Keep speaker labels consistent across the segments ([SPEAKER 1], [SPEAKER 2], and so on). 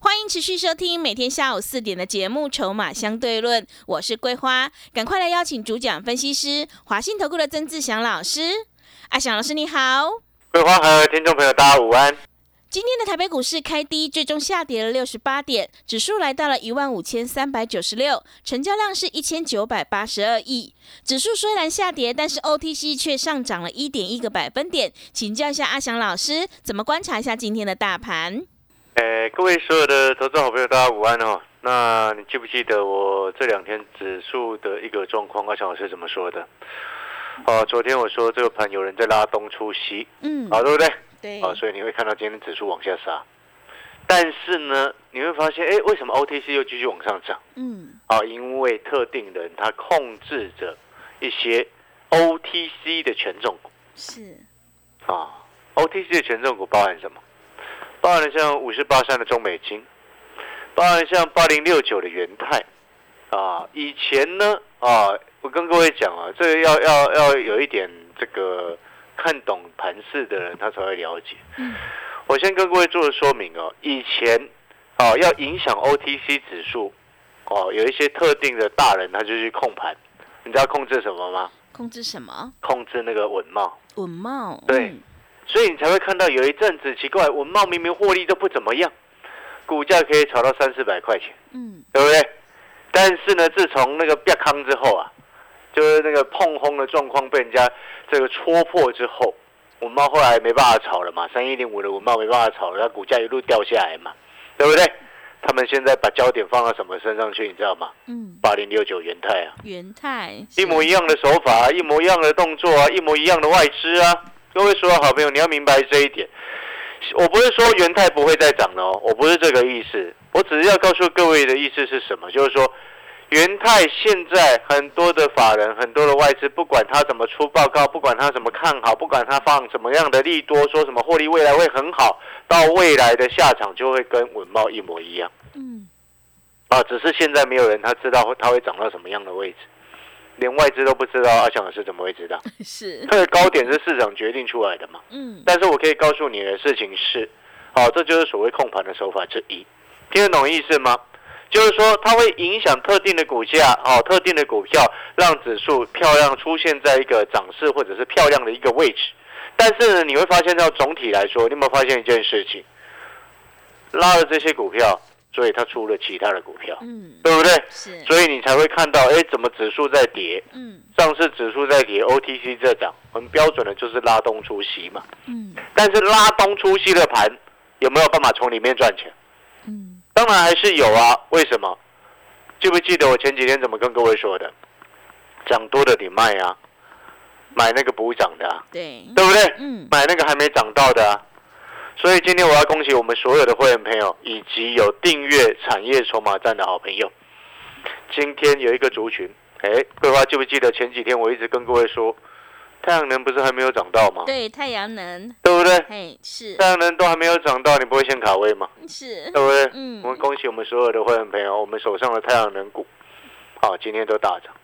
[SPEAKER 1] 欢迎持续收听每天下午四点的节目《筹码相对论》，我是桂花，赶快来邀请主讲分析师华信投顾的曾志祥老师。阿祥老师你好，
[SPEAKER 2] 桂花和听众朋友，大家午安。
[SPEAKER 1] 今天的台北股市开低，最终下跌了六十八点，指数来到了一万五千三百九十六，成交量是一千九百八十二亿。指数虽然下跌，但是 OTC 却上涨了一点一个百分点。请教一下阿祥老师，怎么观察一下今天的大盘？
[SPEAKER 2] 呃，各位所有的投资好朋友，大家午安哦。那你记不记得我这两天指数的一个状况？阿强老师怎么说的？哦，昨天我说这个盘有人在拉东出西，
[SPEAKER 1] 嗯
[SPEAKER 2] 啊，对不对？
[SPEAKER 1] 对
[SPEAKER 2] 啊，所以你会看到今天指数往下杀，但是呢，你会发现，哎，为什么 OTC 又继续往上涨？
[SPEAKER 1] 嗯，
[SPEAKER 2] 啊，因为特定人他控制着一些 OTC 的权重股。
[SPEAKER 1] 是，
[SPEAKER 2] 啊，OTC 的权重股包含什么？包含了像五十八三的中美金，包含了像八零六九的元泰啊。以前呢啊，我跟各位讲啊，这个要要要有一点这个看懂盘势的人，他才会了解。
[SPEAKER 1] 嗯
[SPEAKER 2] 我先跟各位做个说明哦，以前啊要影响 OTC 指数哦、有一些特定的大人他就去控盘，你知道控制什么吗？
[SPEAKER 1] 控制什么？
[SPEAKER 2] 控制那个稳茂。
[SPEAKER 1] 稳茂。
[SPEAKER 2] 对
[SPEAKER 1] 嗯
[SPEAKER 2] 所以你才会看到有一阵子奇怪，文茂明明获利都不怎么样，股价可以炒到三四百块钱，
[SPEAKER 1] 嗯，
[SPEAKER 2] 对不对？但是呢，自从那个亚康之后啊，就是那个碰轰的状况被人家这个戳破之后，文茂后来没办法炒了嘛，三一零五的文茂没办法炒了，它股价一路掉下来嘛，对不对？他们现在把焦点放到什么身上去？你知道吗？
[SPEAKER 1] 嗯，
[SPEAKER 2] 八零六九元泰啊，
[SPEAKER 1] 元泰
[SPEAKER 2] 一模
[SPEAKER 1] 一，
[SPEAKER 2] 一样的手法、一模一样的动作啊，一模一样的外资啊。各位所有好朋友，你要明白这一点。我不是说元泰不会再涨了哦，我不是这个意思，我只是要告诉各位的意思是什么，就是说元泰现在很多的法人、很多的外资，不管他怎么出报告，不管他怎么看好，不管他放什么样的利多，说什么获利未来会很好，到未来的下场就会跟文茂一模一样。
[SPEAKER 1] 嗯
[SPEAKER 2] 啊，只是现在没有人他知道会它会涨到什么样的位置，连外资都不知道，阿强老师怎么会知道？
[SPEAKER 1] 是，
[SPEAKER 2] 它的高点是市场决定出来的嘛？
[SPEAKER 1] 嗯
[SPEAKER 2] 但是我可以告诉你的事情是，好、这就是所谓控盘的手法之一，听得懂意思吗？就是说，它会影响特定的股价，哦，特定的股票，让指数漂亮出现在一个涨势或者是漂亮的一个位置。但是呢，你会发现到总体来说，你有没有发现一件事情？拉了这些股票，所以它出了其他的股票，
[SPEAKER 1] 嗯
[SPEAKER 2] 对不对？
[SPEAKER 1] 是，
[SPEAKER 2] 所以你才会看到，哎，怎么指数在跌，
[SPEAKER 1] 嗯
[SPEAKER 2] 上市指数在跌，OTC 在涨，很标准的就是拉东出西嘛。
[SPEAKER 1] 嗯
[SPEAKER 2] 但是拉东出西的盘有没有办法从里面赚钱？
[SPEAKER 1] 嗯
[SPEAKER 2] 当然还是有啊。为什么？记不记得我前几天怎么跟各位说的？涨多的你卖啊，买那个补涨的、啊，
[SPEAKER 1] 对，
[SPEAKER 2] 对不对？
[SPEAKER 1] 嗯
[SPEAKER 2] 买那个还没涨到的、啊。所以今天我要恭喜我们所有的会员朋友，以及有订阅产业筹码站的好朋友。今天有一个族群，哎，桂花记不记得前几天我一直跟各位说，太阳能不是还没有涨到吗？
[SPEAKER 1] 对，太阳能，
[SPEAKER 2] 对不对？
[SPEAKER 1] 嘿是
[SPEAKER 2] 太阳能都还没有涨到，你不会先卡位吗？
[SPEAKER 1] 是，
[SPEAKER 2] 对不对？
[SPEAKER 1] 嗯
[SPEAKER 2] 我们恭喜我们所有的会员朋友，我们手上的太阳能股，啊，今天都大涨。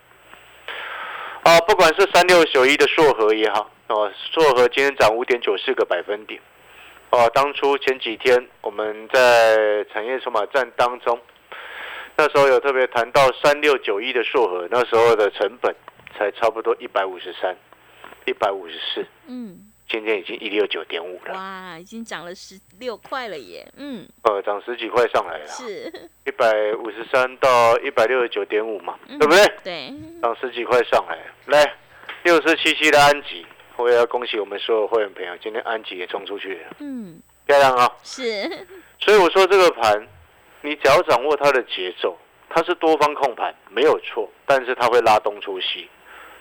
[SPEAKER 2] 啊，不管是三六九一的硕和也好，哦、硕和今天涨五点九四个百分点。哦、当初前几天我们在产业筹码战当中，那时候有特别谈到三六九一的硕和，那时候的成本才差不多一百五十三、一百五十四，
[SPEAKER 1] 嗯
[SPEAKER 2] 今天已经一六九点五了，
[SPEAKER 1] 哇，已经涨了十六块了耶，嗯
[SPEAKER 2] 呃，涨十几块上来了。
[SPEAKER 1] 是，
[SPEAKER 2] 一百五十三到一百六十九点五嘛，
[SPEAKER 1] 嗯
[SPEAKER 2] 对不对？
[SPEAKER 1] 对，
[SPEAKER 2] 涨十几块上来，来六四七七的安吉，我也要恭喜我们所有会员朋友，今天安吉也冲出去了，
[SPEAKER 1] 嗯
[SPEAKER 2] 漂亮啊、
[SPEAKER 1] 是，
[SPEAKER 2] 所以我说这个盘，你只要掌握它的节奏，它是多方控盘没有错，但是它会拉东出西，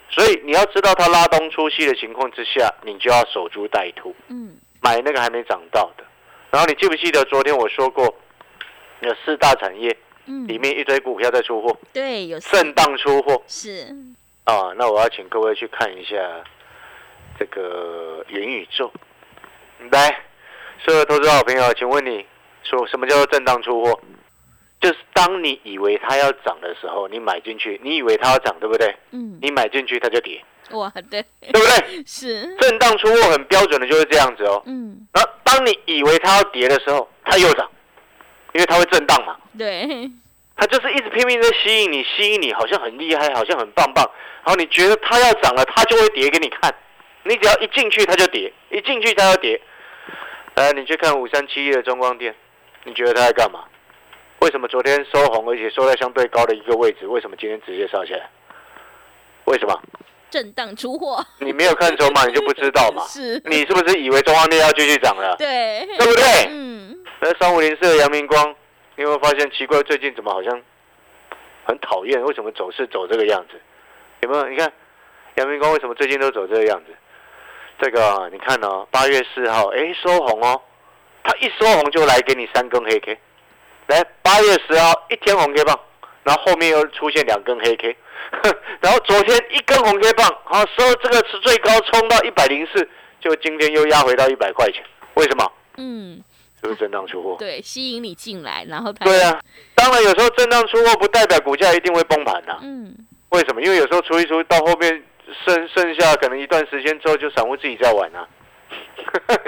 [SPEAKER 2] 所以你要知道它拉东出西的情况之下，你就要守株待兔。
[SPEAKER 1] 嗯
[SPEAKER 2] 买那个还没涨到的。然后你记不记得昨天我说过，有四大产业
[SPEAKER 1] 嗯，
[SPEAKER 2] 里面一堆股票在出货，
[SPEAKER 1] 对，有四
[SPEAKER 2] 震荡出货
[SPEAKER 1] 是，
[SPEAKER 2] 啊。那我要请各位去看一下这个元宇宙。来，所有的投资好朋友，请问你说什么叫做震荡出货？就是当你以为它要涨的时候，你买进去，你以为它要涨，对不对？
[SPEAKER 1] 嗯，
[SPEAKER 2] 你买进去它就跌，
[SPEAKER 1] 哇，对，
[SPEAKER 2] 对不对？
[SPEAKER 1] 是，
[SPEAKER 2] 震荡出货很标准的就是这样子哦。
[SPEAKER 1] 嗯，
[SPEAKER 2] 然后当你以为它要跌的时候，它又涨，因为它会震荡嘛。
[SPEAKER 1] 对，
[SPEAKER 2] 它就是一直拼命在吸引你，吸引你，好像很厉害，好像很棒棒。然后你觉得它要涨了，它就会跌给你看。你只要一进去，它就跌；一进去，它就跌。来，你去看五三七一的中光电，你觉得它在干嘛？为什么昨天收红，而且收在相对高的一个位置？为什么今天直接杀下来？为什么？
[SPEAKER 1] 震荡出货，。
[SPEAKER 2] 你没有看筹码，你就不知道嘛
[SPEAKER 1] 是，
[SPEAKER 2] 你是不是以为中光电要继续涨 了？
[SPEAKER 1] 对，
[SPEAKER 2] 对不对
[SPEAKER 1] 嗯，
[SPEAKER 2] 那哎三五零四的阳明光，你有没有发现奇怪？最近怎么好像很讨厌？为什么走势走这个样子？有没有？你看阳明光为什么最近都走这个样子？这个啊你看哦，八月四号，哎，收红哦，它一收红就来给你三根黑 K，来八月十号一天红 K 棒，然后后面又出现两根黑 K，然 后昨天一根红 K 棒，好、啊、收这个是最高冲到一百零四，就今天又压回到一百块钱，为什么？
[SPEAKER 1] 嗯，
[SPEAKER 2] 是不是震荡出货？
[SPEAKER 1] 对，吸引你进来，然后 他，
[SPEAKER 2] 对，啊，当然有时候震荡出货不代表股价一定会崩盘呐、啊
[SPEAKER 1] 嗯，
[SPEAKER 2] 为什么？因为有时候出一出到后面剩剩下可能一段时间之后，就散户自己在玩啊。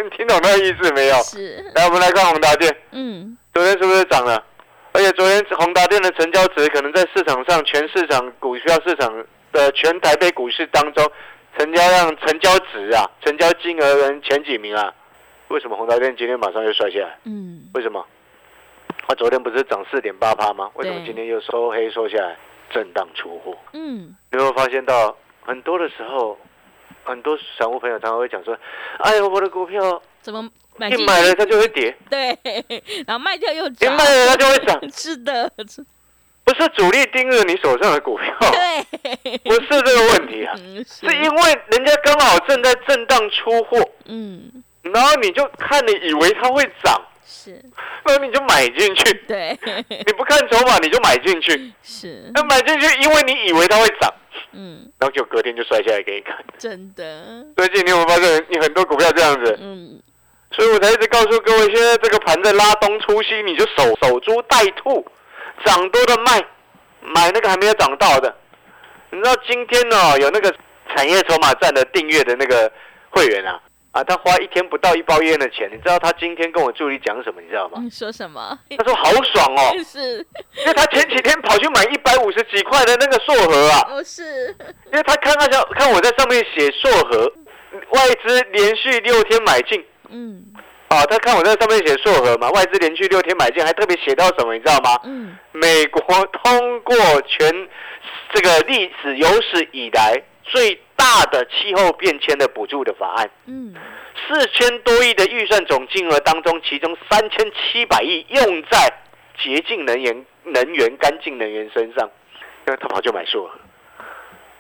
[SPEAKER 2] 你听懂那个意思没有？
[SPEAKER 1] 是，
[SPEAKER 2] 来，我们来看宏达电，
[SPEAKER 1] 嗯，
[SPEAKER 2] 昨天是不是涨了？而且昨天宏达电的成交值可能在市场上全市场股票市场的全台北股市当中，成交量、成交值啊、成交金额人前几名啊。为什么宏达电今天马上就摔下来？
[SPEAKER 1] 嗯，
[SPEAKER 2] 为什么？它昨天不是涨四点八趴吗？为什么
[SPEAKER 1] 对
[SPEAKER 2] 今天又收黑收下来，震荡出货？
[SPEAKER 1] 嗯，
[SPEAKER 2] 你有没有发现到很多的时候，很多散户朋友常常会讲说：“哎呦，我的股票
[SPEAKER 1] 怎么买
[SPEAKER 2] 一哎
[SPEAKER 1] 进？
[SPEAKER 2] 买了它就会跌，
[SPEAKER 1] 对，然后卖掉又
[SPEAKER 2] 一
[SPEAKER 1] 涨，
[SPEAKER 2] 卖了它就会涨。
[SPEAKER 1] 是的，是”
[SPEAKER 2] 不是主力盯着你手上的股 票，
[SPEAKER 1] 对，
[SPEAKER 2] 不是这个问题啊，
[SPEAKER 1] 嗯，是
[SPEAKER 2] 哦是因为人家刚好正在震荡出货，
[SPEAKER 1] 嗯，
[SPEAKER 2] 然后你就看你以为它会涨，
[SPEAKER 1] 是，
[SPEAKER 2] 那你就买进去，
[SPEAKER 1] 对，
[SPEAKER 2] 你不看筹码你就买进
[SPEAKER 1] 嗯
[SPEAKER 2] 去，
[SPEAKER 1] 是，
[SPEAKER 2] 那买进去因为你以为它会涨。
[SPEAKER 1] 嗯，
[SPEAKER 2] 然后就隔天就摔下来给你看。
[SPEAKER 1] 真的，
[SPEAKER 2] 最近你有没有发现你很多股票这样子？
[SPEAKER 1] 嗯，
[SPEAKER 2] 所以我才一直告诉各位，现在这个盘在拉东出西，你就守守株待兔，涨多的卖，买那个还没有涨到的。你知道今天哦，有那个产业筹码站的订阅的那个会员啊，啊，他花一天不到一包烟的钱，你知道他今天跟我助理讲什么，你知道吗？
[SPEAKER 1] 你说什么？
[SPEAKER 2] 他说好爽哦，
[SPEAKER 1] 是，
[SPEAKER 2] 因为他前几天跑去买一百五十几块的那个硕和啊，
[SPEAKER 1] 我是，
[SPEAKER 2] 因为他看看下看我在上面写硕和，外资连续六天买进
[SPEAKER 1] 嗯
[SPEAKER 2] 啊，他看我在上面写硕和嘛，外资连续六天买进，还特别写到什么，你知道吗？
[SPEAKER 1] 嗯，
[SPEAKER 2] 美国通过全这个历史有史以来最大的气候变迁的补助的法案，
[SPEAKER 1] 嗯，
[SPEAKER 2] 四千多亿的预算总金额当中，其中三千七百亿用在洁净能源、能源干净能源身上，因为他跑去买硕和，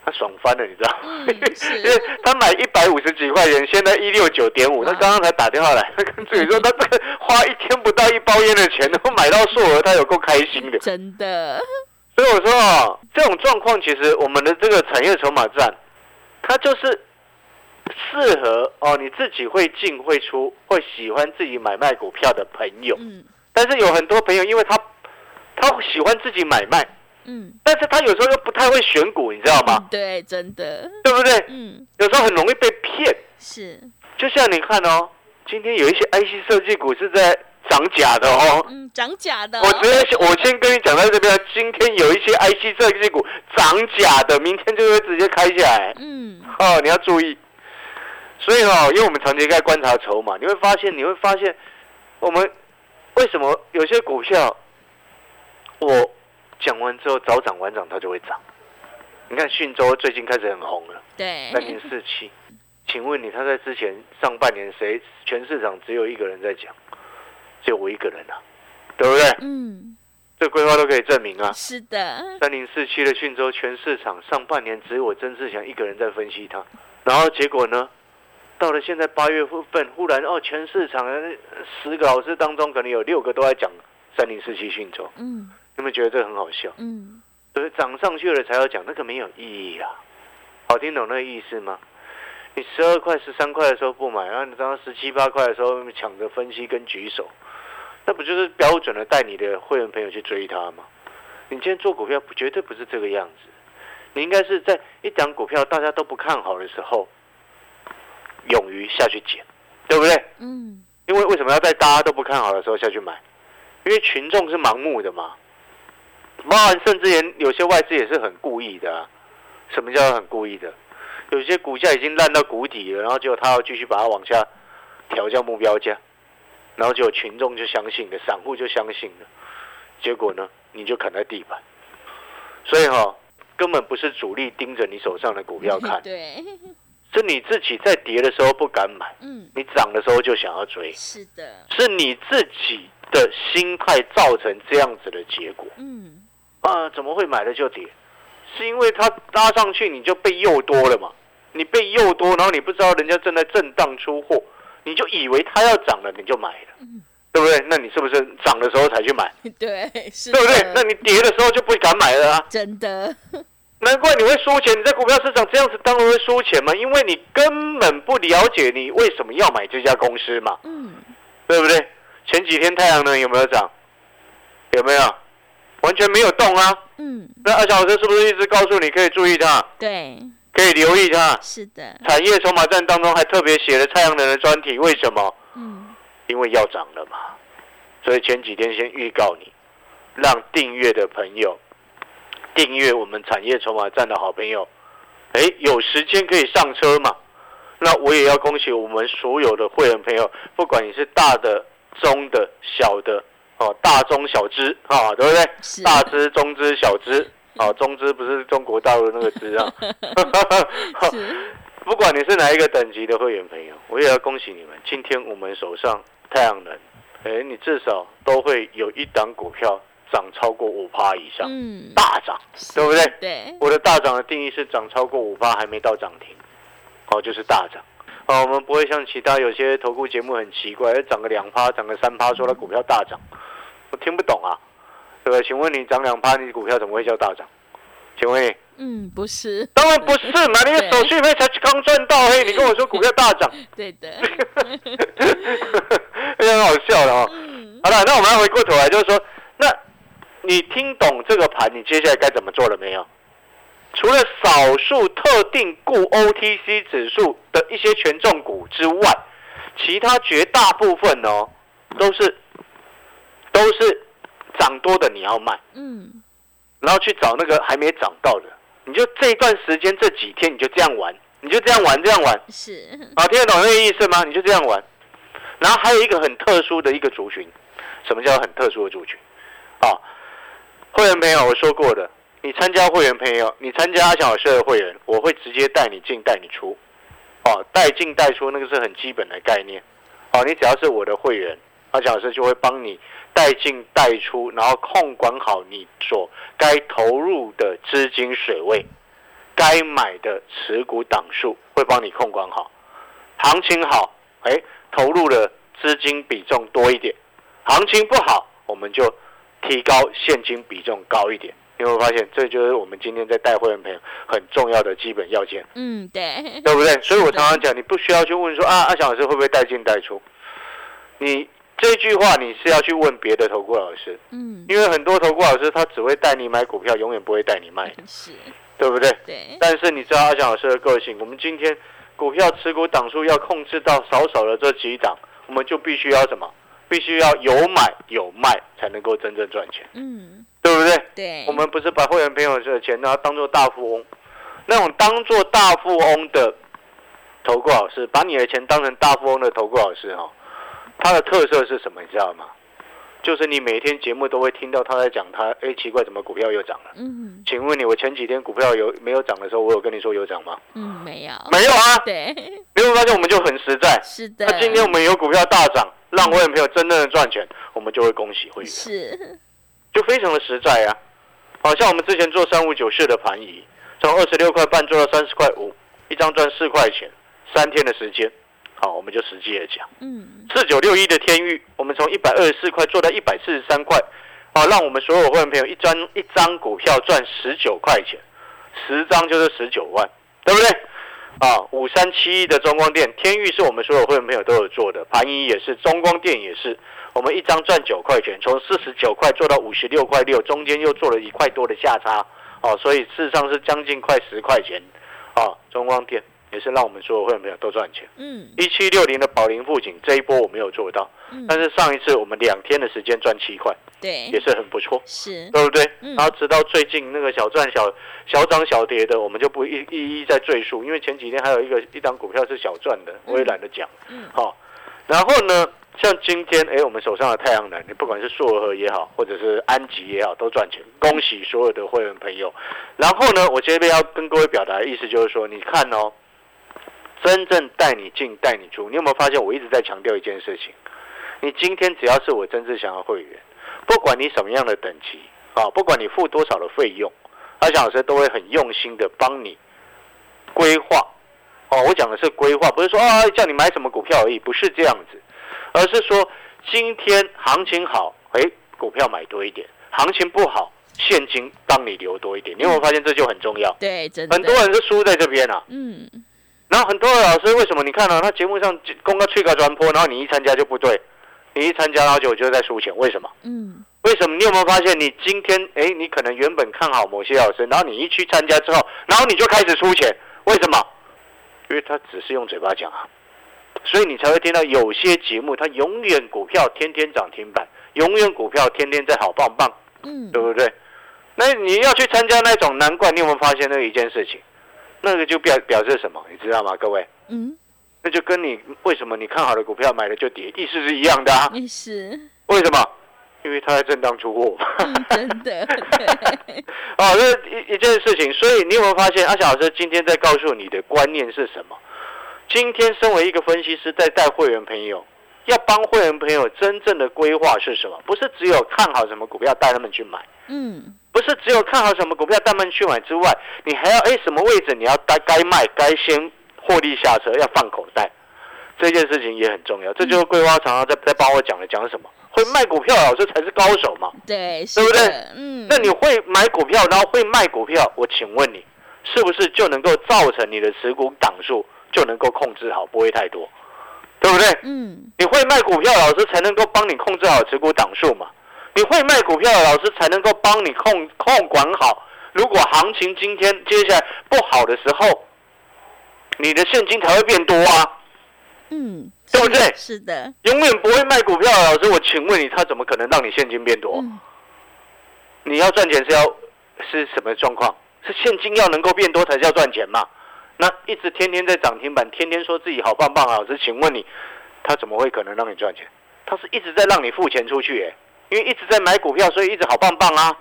[SPEAKER 2] 他爽翻了，你知道吗？
[SPEAKER 1] 嗯 是
[SPEAKER 2] 因为他买一百五十几块钱，现在一六九点五。
[SPEAKER 1] 哇
[SPEAKER 2] 他刚刚才打电话来，他跟自己说，他这个花一天不到一包烟的钱，能够买到硕和，他有够开心的。
[SPEAKER 1] 真的，
[SPEAKER 2] 所以我说啊，这种状况其实我们的这个产业筹码战，它就是适合哦，你自己会进会出，会喜欢自己买卖股票的朋友。
[SPEAKER 1] 嗯
[SPEAKER 2] 但是有很多朋友，因为他他喜欢自己买卖，
[SPEAKER 1] 嗯，
[SPEAKER 2] 但是他有时候又不太会选股，你知道吗？
[SPEAKER 1] 对，真的，
[SPEAKER 2] 对不对？
[SPEAKER 1] 嗯，
[SPEAKER 2] 有时候很容易被骗。
[SPEAKER 1] 是，
[SPEAKER 2] 就像你看哦，今天有一些 IC 设计股是在涨假的哦。
[SPEAKER 1] 嗯，涨假的哦，
[SPEAKER 2] 我直接先我先跟你讲到这边，啊今天有一些 IC 设计股涨假的，明天就会直接开起来
[SPEAKER 1] 嗯，
[SPEAKER 2] 哦，你要注意。所以哦，因为我们长期在观察筹码，你会发现，你会发现，我们为什么有些股票，我讲完之后早涨晚涨它就会涨。你看讯州最近开始很红了，
[SPEAKER 1] 对
[SPEAKER 2] 三，零四七，请问你他在之前上半年谁全市场只有一个人在讲，只有我一个人啊，对不对？
[SPEAKER 1] 嗯，
[SPEAKER 2] 这规划都可以证明啊。
[SPEAKER 1] 是的，
[SPEAKER 2] 三零四七的讯州，全市场上半年只有我曾志祥一个人在分析它，然后结果呢？到了现在八月份，忽然哦，全市场的十个老师当中，可能有六个都在讲三零四七讯州，
[SPEAKER 1] 嗯，
[SPEAKER 2] 有没有觉得这个很好笑？
[SPEAKER 1] 嗯，
[SPEAKER 2] 就是涨上去了才要讲，那个没有意义啊。好听懂那个意思吗？你十二块、十三块的时候不买，然后你当十七八块的时候抢着分析跟举手，那不就是标准的带你的会员朋友去追它吗？你今天做股票不绝对不是这个样子，你应该是在一档股票大家都不看好的时候，勇于下去捡，对不对？
[SPEAKER 1] 嗯，
[SPEAKER 2] 因为为什么要在大家都不看好的时候下去买？因为群众是盲目的嘛，包含甚至连有些外资也是很故意的、啊。什么叫很故意的？有些股价已经烂到谷底了，然后结果他要继续把它往下调降目标价，然后结果群众就相信了，散户就相信了，结果呢，你就砍在地板。所以哈、根本不是主力盯着你手上的股票看，
[SPEAKER 1] 对，
[SPEAKER 2] 是你自己在跌的时候不敢买，
[SPEAKER 1] 嗯，
[SPEAKER 2] 你涨的时候就想要追。
[SPEAKER 1] 是的，
[SPEAKER 2] 是你自己的心态造成这样子的结果
[SPEAKER 1] 嗯，
[SPEAKER 2] 啊？怎么会买了就跌？是因为它拉上去你就被诱多了嘛？你被诱多，然后你不知道人家正在震荡出货，你就以为它要涨了你就买了，
[SPEAKER 1] 嗯
[SPEAKER 2] 对不对？那你是不是涨的时候才去买，
[SPEAKER 1] 对，是
[SPEAKER 2] 对不对？那你跌的时候就不敢买了啊？
[SPEAKER 1] 真的，
[SPEAKER 2] 难怪你会输钱，你在股票市场这样子当然会输钱嘛，因为你根本不了解你为什么要买这家公司嘛。
[SPEAKER 1] 嗯，
[SPEAKER 2] 对不对？前几天太阳能有没有涨？有没有？完全没有动啊！
[SPEAKER 1] 嗯，
[SPEAKER 2] 那二小时是不是一直告诉你可以注意它，
[SPEAKER 1] 对，
[SPEAKER 2] 可以留意它？
[SPEAKER 1] 是的，
[SPEAKER 2] 产业筹码战当中还特别写了太阳能的专题，为什么？
[SPEAKER 1] 嗯，
[SPEAKER 2] 因为要涨了嘛。所以前几天先预告你，让订阅的朋友订阅我们产业筹码站的好朋友，哎，有时间可以上车嘛。那我也要恭喜我们所有的会员朋友，不管你是大的、中的、小的，哦，大中小资啊，对不对？
[SPEAKER 1] 是
[SPEAKER 2] 大资、中资、小资，啊，中资不是中国大陆那个资啊。
[SPEAKER 1] 是，
[SPEAKER 2] 不管你是哪一个等级的会员朋友，我也要恭喜你们。今天我们手上太阳能，哎，你至少都会有一档股票涨超过五趴以上，
[SPEAKER 1] 嗯，
[SPEAKER 2] 大涨。
[SPEAKER 1] 是
[SPEAKER 2] 对不对？
[SPEAKER 1] 对，
[SPEAKER 2] 我的大涨的定义是涨超过五趴还没到涨停，哦，就是大涨。哦，我们不会像其他有些投顾节目很奇怪，哎涨个两趴，涨个三趴，说它股票大涨，我听不懂啊，对不对？请问你涨两趴，你股票怎么会叫大涨？请问你？
[SPEAKER 1] 嗯，不是，
[SPEAKER 2] 当然不是嘛，你的手续费才刚赚到嘿，你跟我说股票大涨，
[SPEAKER 1] 对 的，
[SPEAKER 2] 非常好笑的哦。
[SPEAKER 1] 嗯，
[SPEAKER 2] 好了，那我们要回过头来，就是说，那你听懂这个盘，你接下来该怎么做了没有？除了少数特定固 OTC 指数的一些权重股之外，其他绝大部分哦，都是都是涨多的你要卖，
[SPEAKER 1] 嗯，
[SPEAKER 2] 然后去找那个还没涨到的，你就这一段时间这几天你就这样玩，你就这样玩这样玩，
[SPEAKER 1] 是，
[SPEAKER 2] 啊，听得懂那个意思吗？你就这样玩。然后还有一个很特殊的一个族群，什么叫很特殊的族群？啊，会员朋友，我说过的，你参加会员朋友，你参加阿翔老师的会员，我会直接带你进带你出，哦、带进带出那个是很基本的概念，哦、你只要是我的会员，阿翔老师就会帮你带进带出，然后控管好你所该投入的资金水位，该买的持股档数会帮你控管好。行情好，哎，投入的资金比重多一点；行情不好，我们就提高现金比重高一点。你会发现，这就是我们今天在带会员朋友很重要的基本要件，
[SPEAKER 1] 嗯，对，
[SPEAKER 2] 对不对？所以我常常讲，你不需要去问说啊，阿翔老师会不会带进带出？你这句话你是要去问别的投顾老师，
[SPEAKER 1] 嗯，
[SPEAKER 2] 因为很多投顾老师他只会带你买股票，永远不会带你卖，
[SPEAKER 1] 是，
[SPEAKER 2] 对不对？
[SPEAKER 1] 对，
[SPEAKER 2] 但是你知道阿翔老师的个性，我们今天股票持股档数要控制到少少的这几档，我们就必须要什么？必须要有买有卖，才能够真正赚钱，
[SPEAKER 1] 嗯，
[SPEAKER 2] 对不对？
[SPEAKER 1] 对，
[SPEAKER 2] 我们不是把会员朋友的钱拿当做大富翁，那种当做大富翁的投顾老师，把你的钱当成大富翁的投顾老师哦，他的特色是什么？你知道吗？就是你每天节目都会听到他在讲他，哎，奇怪，怎么股票又涨了？
[SPEAKER 1] 嗯
[SPEAKER 2] 请问你，我前几天股票有没有涨的时候，我有跟你说有涨吗？
[SPEAKER 1] 嗯，没有，
[SPEAKER 2] 没有啊，
[SPEAKER 1] 对，
[SPEAKER 2] 你会发现我们就很实在。
[SPEAKER 1] 是的
[SPEAKER 2] 那、，今天我们有股票大涨，让会员朋友真正的赚钱，我们就会恭喜会
[SPEAKER 1] 嗯
[SPEAKER 2] 员，
[SPEAKER 1] 是，
[SPEAKER 2] 就非常的实在啊。好像我们之前做三五九四的盘仪，从二十六块半做到三十块五，一张赚四块钱，三天的时间。好，我们就实际的讲，
[SPEAKER 1] 嗯，
[SPEAKER 2] 四九六一的天域，我们从一百二十四块做到一百四十三块，好、让我们所有会员朋友一张一张股票赚十九块钱，十张就是十九万，对不对？啊，五三七一的中光电，天域是我们所有会员朋友都有做的，盘一也是，中光电也是，我们一张赚九块钱，从四十九块做到五十六块六，中间又做了一块多的价差，哦、所以事实上是将近快十块钱，哦、中光电也是让我们所有会员朋友都赚钱。
[SPEAKER 1] 嗯
[SPEAKER 2] 一七六零的宝林富锦这一波我没有做到，
[SPEAKER 1] 嗯，
[SPEAKER 2] 但是上一次我们两天的时间赚七块，
[SPEAKER 1] 对
[SPEAKER 2] 也，是很不错，
[SPEAKER 1] 是，
[SPEAKER 2] 对不对？
[SPEAKER 1] 嗯
[SPEAKER 2] 然后直到最近那个小赚小小涨小跌的，我们就不一一一再赘述，因为前几天还有一个一档股票是小赚的，我也懒得讲。
[SPEAKER 1] 嗯
[SPEAKER 2] 好、然后呢，像今天哎，我们手上的太阳能，你不管是硕和也好，或者是安吉也好，都赚钱，恭喜所有的会员朋友。然后呢，我这边要跟各位表达的意思就是说，你看哦，真正带你进带你出，你有没有发现我一直在强调一件事情？你今天只要是我真正想要会员，不管你什么样的等级啊，不管你付多少的费用，阿翔老师都会很用心的帮你规划哦，我讲的是规划，不是说啊叫你买什么股票而已，不是这样子，而是说今天行情好，哎，股票买多一点；行情不好，现金帮你留多一点。你有没有发现这就很重要？
[SPEAKER 1] 对，真的，
[SPEAKER 2] 很多人是输在这边啊。
[SPEAKER 1] 嗯，
[SPEAKER 2] 然后很多的老师为什么你看到、啊他节目上公告去个转播，然后你一参加就不对，你一参加然后就就在输钱，为什么？
[SPEAKER 1] 嗯
[SPEAKER 2] 为什么？你有没有发现你今天哎，你可能原本看好某些老师，然后你一去参加之后，然后你就开始输钱，为什么？因为他只是用嘴巴讲啊，所以你才会听到有些节目，它永远股票天天涨停板，永远股票天天在好棒棒，
[SPEAKER 1] 嗯，
[SPEAKER 2] 对不对？那你要去参加那种，难怪你有没有发现那一件事情？那个就表表示什么？你知道吗，各位？
[SPEAKER 1] 嗯，
[SPEAKER 2] 那就跟你为什么你看好的股票买了就跌，意思是一样的啊？
[SPEAKER 1] 也是，
[SPEAKER 2] 为什么？因为他在震荡出货嘛。
[SPEAKER 1] 嗯，真的，对，
[SPEAKER 2] 哦，这一一件事情，所以你有没有发现阿小老师今天在告诉你的观念是什么？今天身为一个分析师，在带会员朋友，要帮会员朋友真正的规划是什么？不是只有看好什么股票带他们去买，
[SPEAKER 1] 嗯
[SPEAKER 2] 不是只有看好什么股票带他们去买之外，你还要哎什么位置你要该该卖，该先获利下车，要放口袋，这件事情也很重要。这就是桂花常常在在帮我讲的讲什么，会卖股票的老师才是高手嘛。
[SPEAKER 1] 对，
[SPEAKER 2] 对不
[SPEAKER 1] 是
[SPEAKER 2] 对
[SPEAKER 1] 的？嗯，
[SPEAKER 2] 那你会买股票，然后会卖股票，我请问你，是不是就能够造成你的持股档数就能够控制好，不会太多，对不对？
[SPEAKER 1] 嗯
[SPEAKER 2] 你会卖股票，老师才能够帮你控制好持股档数嘛？你会卖股票，老师才能够帮你控控管好。如果行情今天接下来不好的时候，你的现金才会变多啊。
[SPEAKER 1] 嗯，
[SPEAKER 2] 对不对
[SPEAKER 1] 是的，
[SPEAKER 2] 永远不会卖股票的老师，我请问你，他怎么可能让你现金变多？
[SPEAKER 1] 嗯
[SPEAKER 2] 你要赚钱是要是什么状况？是现金要能够变多才叫赚钱嘛？那一直天天在涨停板，天天说自己好棒棒啊！老师，请问你，他怎么会可能让你赚钱？他是一直在让你付钱出去、耶，因为一直在买股票，所以一直好棒棒啊！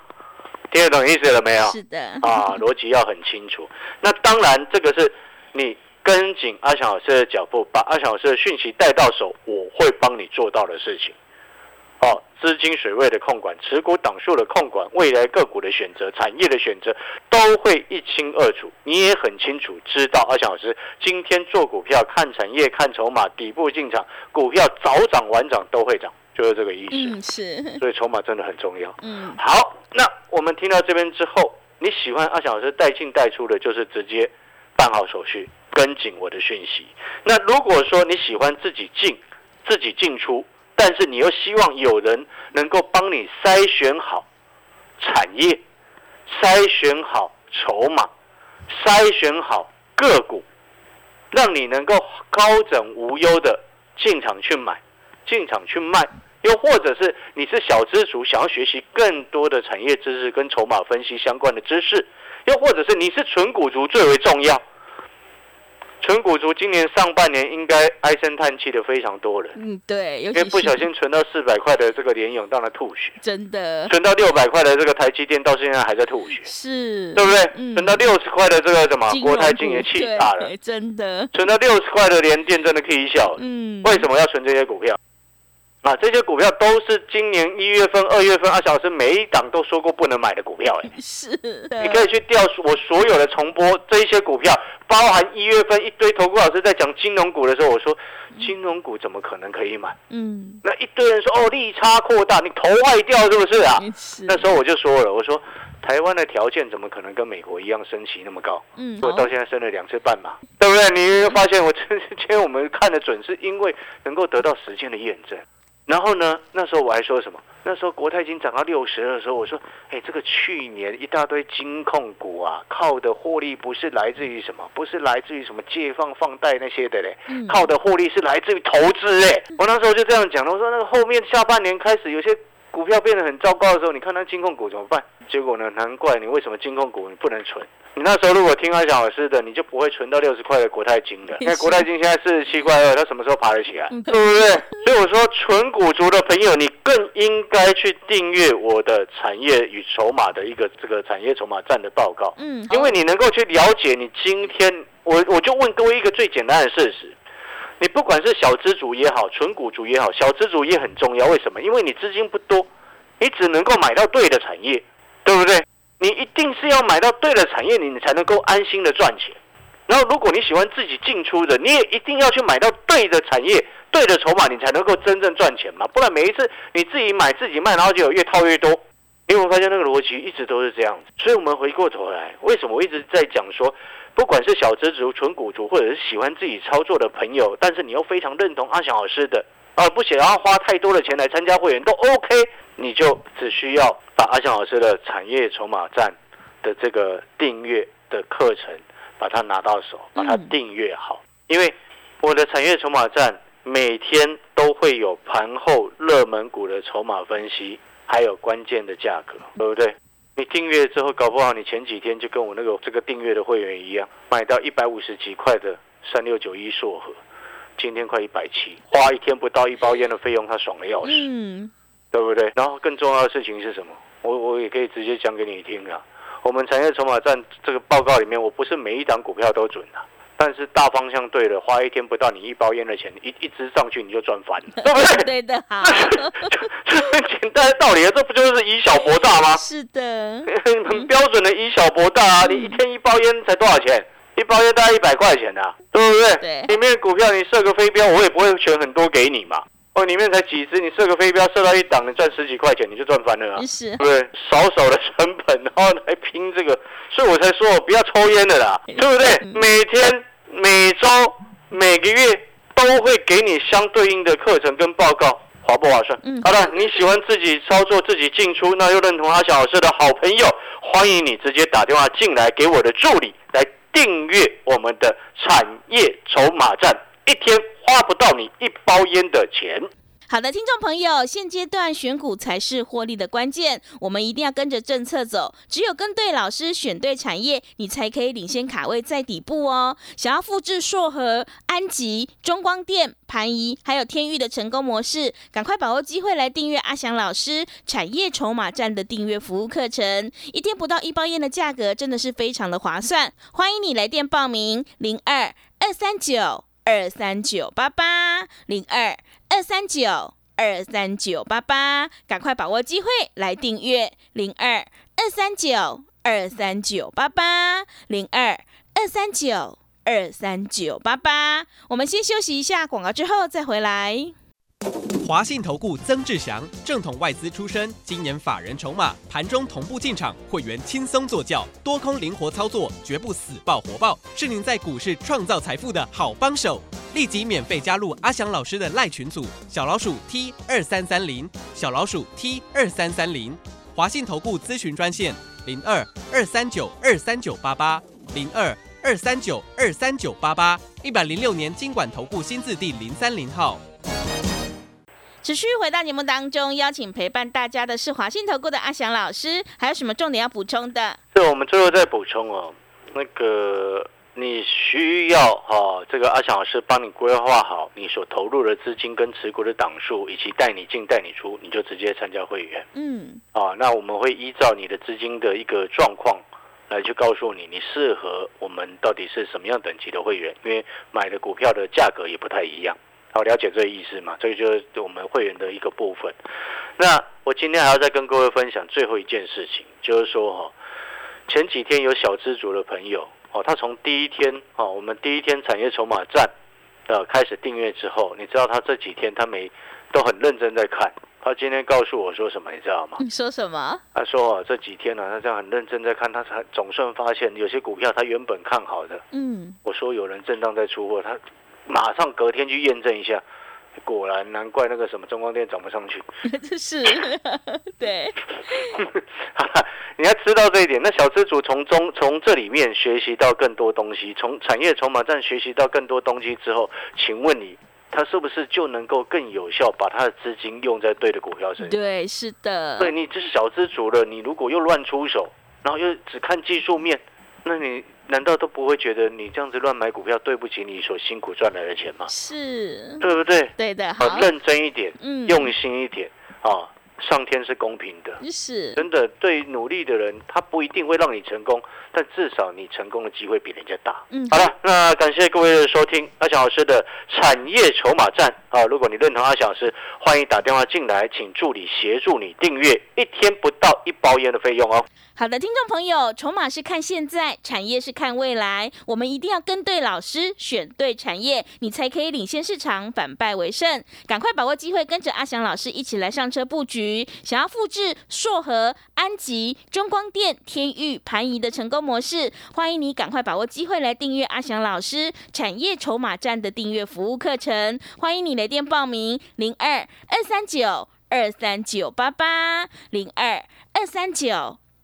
[SPEAKER 2] 听得懂意思了没有？
[SPEAKER 1] 是的，
[SPEAKER 2] 啊，逻辑要很清楚。那当然，这个是你跟紧阿翔老师的脚步，把阿翔老师的讯息带到手，我会帮你做到的事情。哦，资金水位的控管、持股档数的控管、未来个股的选择、产业的选择，都会一清二楚。你也很清楚知道，阿翔老师今天做股票，看产业、看筹码，底部进场，股票早涨晚涨都会涨，就是这个意思。
[SPEAKER 1] 嗯是，
[SPEAKER 2] 所以筹码真的很重要。
[SPEAKER 1] 嗯
[SPEAKER 2] 好，那我们听到这边之后，你喜欢阿翔老师带进带出的，就是直接办好手续，跟紧我的讯息。那如果说你喜欢自己进、自己进出，但是你又希望有人能够帮你筛选好产业、筛选好筹码、筛选好个股，让你能够高枕无忧的进场去买、进场去卖。又或者是你是小资族，想要学习更多的产业知识跟筹码分析相关的知识，又或者是你是纯股族最为重要。纯股族今年上半年应该唉声叹气的非常多人，
[SPEAKER 1] 嗯对，尤
[SPEAKER 2] 因为
[SPEAKER 1] 其
[SPEAKER 2] 不小
[SPEAKER 1] 是
[SPEAKER 2] 心存到四百块的这个联勇，当然吐血；
[SPEAKER 1] 真的
[SPEAKER 2] 存到六百块的这个台积电，到现在还在吐血，
[SPEAKER 1] 是，
[SPEAKER 2] 对不对？
[SPEAKER 1] 嗯
[SPEAKER 2] 存到六十块的这个什么
[SPEAKER 1] 金
[SPEAKER 2] 国
[SPEAKER 1] 融
[SPEAKER 2] 泰金
[SPEAKER 1] 股
[SPEAKER 2] 也气
[SPEAKER 1] 对
[SPEAKER 2] 大了，
[SPEAKER 1] 真的，
[SPEAKER 2] 存到六十块的联电真的可以笑了。
[SPEAKER 1] 嗯，
[SPEAKER 2] 为什么要存这些股票？啊，这些股票都是今年一月份、二月份，阿小老师每一档都说过不能买的股票、
[SPEAKER 1] 嗯
[SPEAKER 2] 哎，
[SPEAKER 1] 是的，
[SPEAKER 2] 你可以去调我所有的重播，这一些股票，包含一月份一堆投顾老师在讲金融股的时候，我说金融股怎么可能可以买？
[SPEAKER 1] 嗯，
[SPEAKER 2] 那一堆人说哦，利差扩大，你头坏掉是不是啊？
[SPEAKER 1] 是
[SPEAKER 2] 那时候我就说了，我说台湾的条件怎么可能跟美国一样升息那么高？
[SPEAKER 1] 嗯，
[SPEAKER 2] 我到现在升了两次半嘛，对不对？你会发现我今天我们看得准，是因为能够得到时间的验证。然后呢，那时候我还说什么？那时候国泰已经涨到六十的时候，我说，哎，这个去年一大堆金控股啊，靠的获利不是来自于什么，不是来自于什么借放放贷那些的嘞，
[SPEAKER 1] 嗯
[SPEAKER 2] 靠的获利是来自于投资哎、我那时候就这样讲了，我说那个后面下半年开始有些股票变得很糟糕的时候，你看那金控股怎么办？结果呢，难怪你为什么金控股你不能存。你那时候如果听安小老师的，你就不会存到六十块的国泰金 的，因为国泰金现在四十七块二，它什么时候爬得起来？
[SPEAKER 1] 嗯
[SPEAKER 2] 对不对？所以我说，纯股族的朋友，你更应该去订阅我的产业与筹码的一个这个产业筹码站的报告。
[SPEAKER 1] 嗯，
[SPEAKER 2] 因为你能够去了解你今天，我我就问各位一个最简单的事实，你不管是小资主也好，纯股族也好，小资主也很重要。为什么？因为你资金不多，你只能够买到对的产业，对不对？你一定是要买到对的产业，你你才能够安心的赚钱。然后，如果你喜欢自己进出的，你也一定要去买到对的产业、对的筹码，你才能够真正赚钱嘛。不然每一次你自己买自己卖，然后就有越套越多。你有没有发现那个逻辑一直都是这样子？所以我们回过头来，为什么我一直在讲说，不管是小资族、纯股族，或者是喜欢自己操作的朋友，但是你又非常认同阿翔老师的，啊，不想要花太多的钱来参加会员都 OK，你就只需要把阿翔老师的产业筹码站的这个订阅的课程，把它拿到手，把它
[SPEAKER 1] 嗯
[SPEAKER 2] 订阅好，因为我的产业筹码站每天都会有盘后热门股的筹码分析，还有关键的价格，对不对？你订阅之后，搞不好你前几天就跟我那个这个订阅的会员一样，买到一百五十几块的三六九一硕和，今天快一百七，花一天不到一包烟的费用，他爽的要死。
[SPEAKER 1] 嗯
[SPEAKER 2] 对不对？然后更重要的事情是什么？我我也可以直接讲给你听啊。我们产业筹码站这个报告里面，我不是每一档股票都准啊，但是大方向对了，花一天不到你一包烟的钱，一一直上去你就赚翻了， 对不对？
[SPEAKER 1] 嗯对的，好，
[SPEAKER 2] 这很简单的道理啊，这不就是以小博大吗？
[SPEAKER 1] 是的，
[SPEAKER 2] 很标准的以小博大啊！你一天一包烟才多少钱？一包烟大概一百块钱啊，对不对？
[SPEAKER 1] 对
[SPEAKER 2] 里面的股票你设个飞镖，我也不会选很多给你嘛。哦，里面才几只，你设个飞镖射到一档，你赚十几块钱，你就赚翻了啊，对
[SPEAKER 1] 是
[SPEAKER 2] 不对？少少的成本，然后来拼这个，所以我才说我不要抽烟的啦，对不对？
[SPEAKER 1] 嗯
[SPEAKER 2] 每天、每周、每个月都会给你相对应的课程跟报告。划不划算？
[SPEAKER 1] 嗯
[SPEAKER 2] 好了，你喜欢自己操作、自己进出，那又认同阿翔老师的好朋友，欢迎你直接打电话进来给我的助理来订阅我们的产业筹码站，一天花不到你一包烟的钱。
[SPEAKER 1] 好的，听众朋友，现阶段选股才是获利的关键，我们一定要跟着政策走。只有跟对老师，选对产业，你才可以领先卡位在底部哦。想要复制硕和、安吉、中光电、盘仪还有天域的成功模式，赶快把握机会来订阅阿翔老师产业筹码站的订阅服务课程，一天不到一包烟的价格，真的是非常的划算。欢迎你来电报名，零二二三九二三九八八零二。二三九二三九八八，赶快把握机会来订阅零二二三九二三九八八零二二三九二三九八八。我们先休息一下广告，之后再回来。
[SPEAKER 3] 华信投顾曾志祥，正统外资出身，今年法人筹码，盘中同步进场，会员轻松做教，多空灵活操作，绝不死爆活爆，是您在股市创造财富的好帮手。立即免费加入阿翔老师的赖群组，小老鼠 T 二三三零，小老鼠 T 二三三零，华信投顾咨询专线零二二三九二三九八八零二二三九二三九八八，一百零六年经管投顾新字第零三零号。
[SPEAKER 1] 持续回到节目当中，邀请陪伴大家的是华信投顾的阿翔老师，还有什么重点要补充的？
[SPEAKER 2] 这我们最后再补充哦，那个你需要哈、这个阿强老师帮你规划好你所投入的资金跟持股的档数，以及带你进带你出，你就直接参加会员
[SPEAKER 1] 嗯，
[SPEAKER 2] 啊。那我们会依照你的资金的一个状况。来去告诉你，你适合我们到底是什么样等级的会员，因为买的股票的价格也不太一样。好，了解这个意思嘛？这个就是我们会员的一个部分。那我今天还要再跟各位分享最后一件事情，就是说哈、哦，前几天有小资族的朋友哦，他从第一天哦，我们第一天产业筹码站呃开始订阅之后，你知道他这几天他每都很认真在看。他今天告诉我说什么，你知道吗？
[SPEAKER 1] 你说什么？
[SPEAKER 2] 他说、哦、这几天呢、啊，他这样很认真在看，他才总算发现有些股票他原本看好的，
[SPEAKER 1] 嗯，
[SPEAKER 2] 我说有人震荡在出货，他马上隔天去验证一下，果然难怪那个什么中光电涨不上去。
[SPEAKER 1] 这 是 对，
[SPEAKER 2] 你要知道这一点，那小资主从中从这里面学习到更多东西，从产业筹码站学习到更多东西之后，请问你他是不是就能够更有效把他的资金用在对的股票身上？
[SPEAKER 1] 对，是的，
[SPEAKER 2] 对你这是小资主了，你如果又乱出手，然后又只看技术面，那你难道都不会觉得你这样子乱买股票对不起你所辛苦赚来的钱吗？
[SPEAKER 1] 是，
[SPEAKER 2] 对不对？
[SPEAKER 1] 对的，
[SPEAKER 2] 好、
[SPEAKER 1] 好，
[SPEAKER 2] 认真一点，
[SPEAKER 1] 嗯，
[SPEAKER 2] 用心一点啊！上天是公平的，
[SPEAKER 1] 是，
[SPEAKER 2] 真的，对于努力的人，他不一定会让你成功，但至少你成功的机会比人家大。
[SPEAKER 1] 嗯，
[SPEAKER 2] 好了，那感谢各位的收听，阿翔老师的产业筹码站啊！如果你认同阿翔老师，欢迎打电话进来，请助理协助你订阅，一天不到一包烟的费用哦。
[SPEAKER 1] 好的，听众朋友，筹码是看现在，产业是看未来，我们一定要跟对老师，选对产业，你才可以领先市场，反败为胜。赶快把握机会，跟着阿翔老师一起来上车布局。想要复制硕和、安吉、中光电、天域、盘仪的成功模式，欢迎你赶快把握机会来订阅阿翔老师产业筹码站的订阅服务课程。欢迎你来电报名零二二三九二三九八八零二二三九。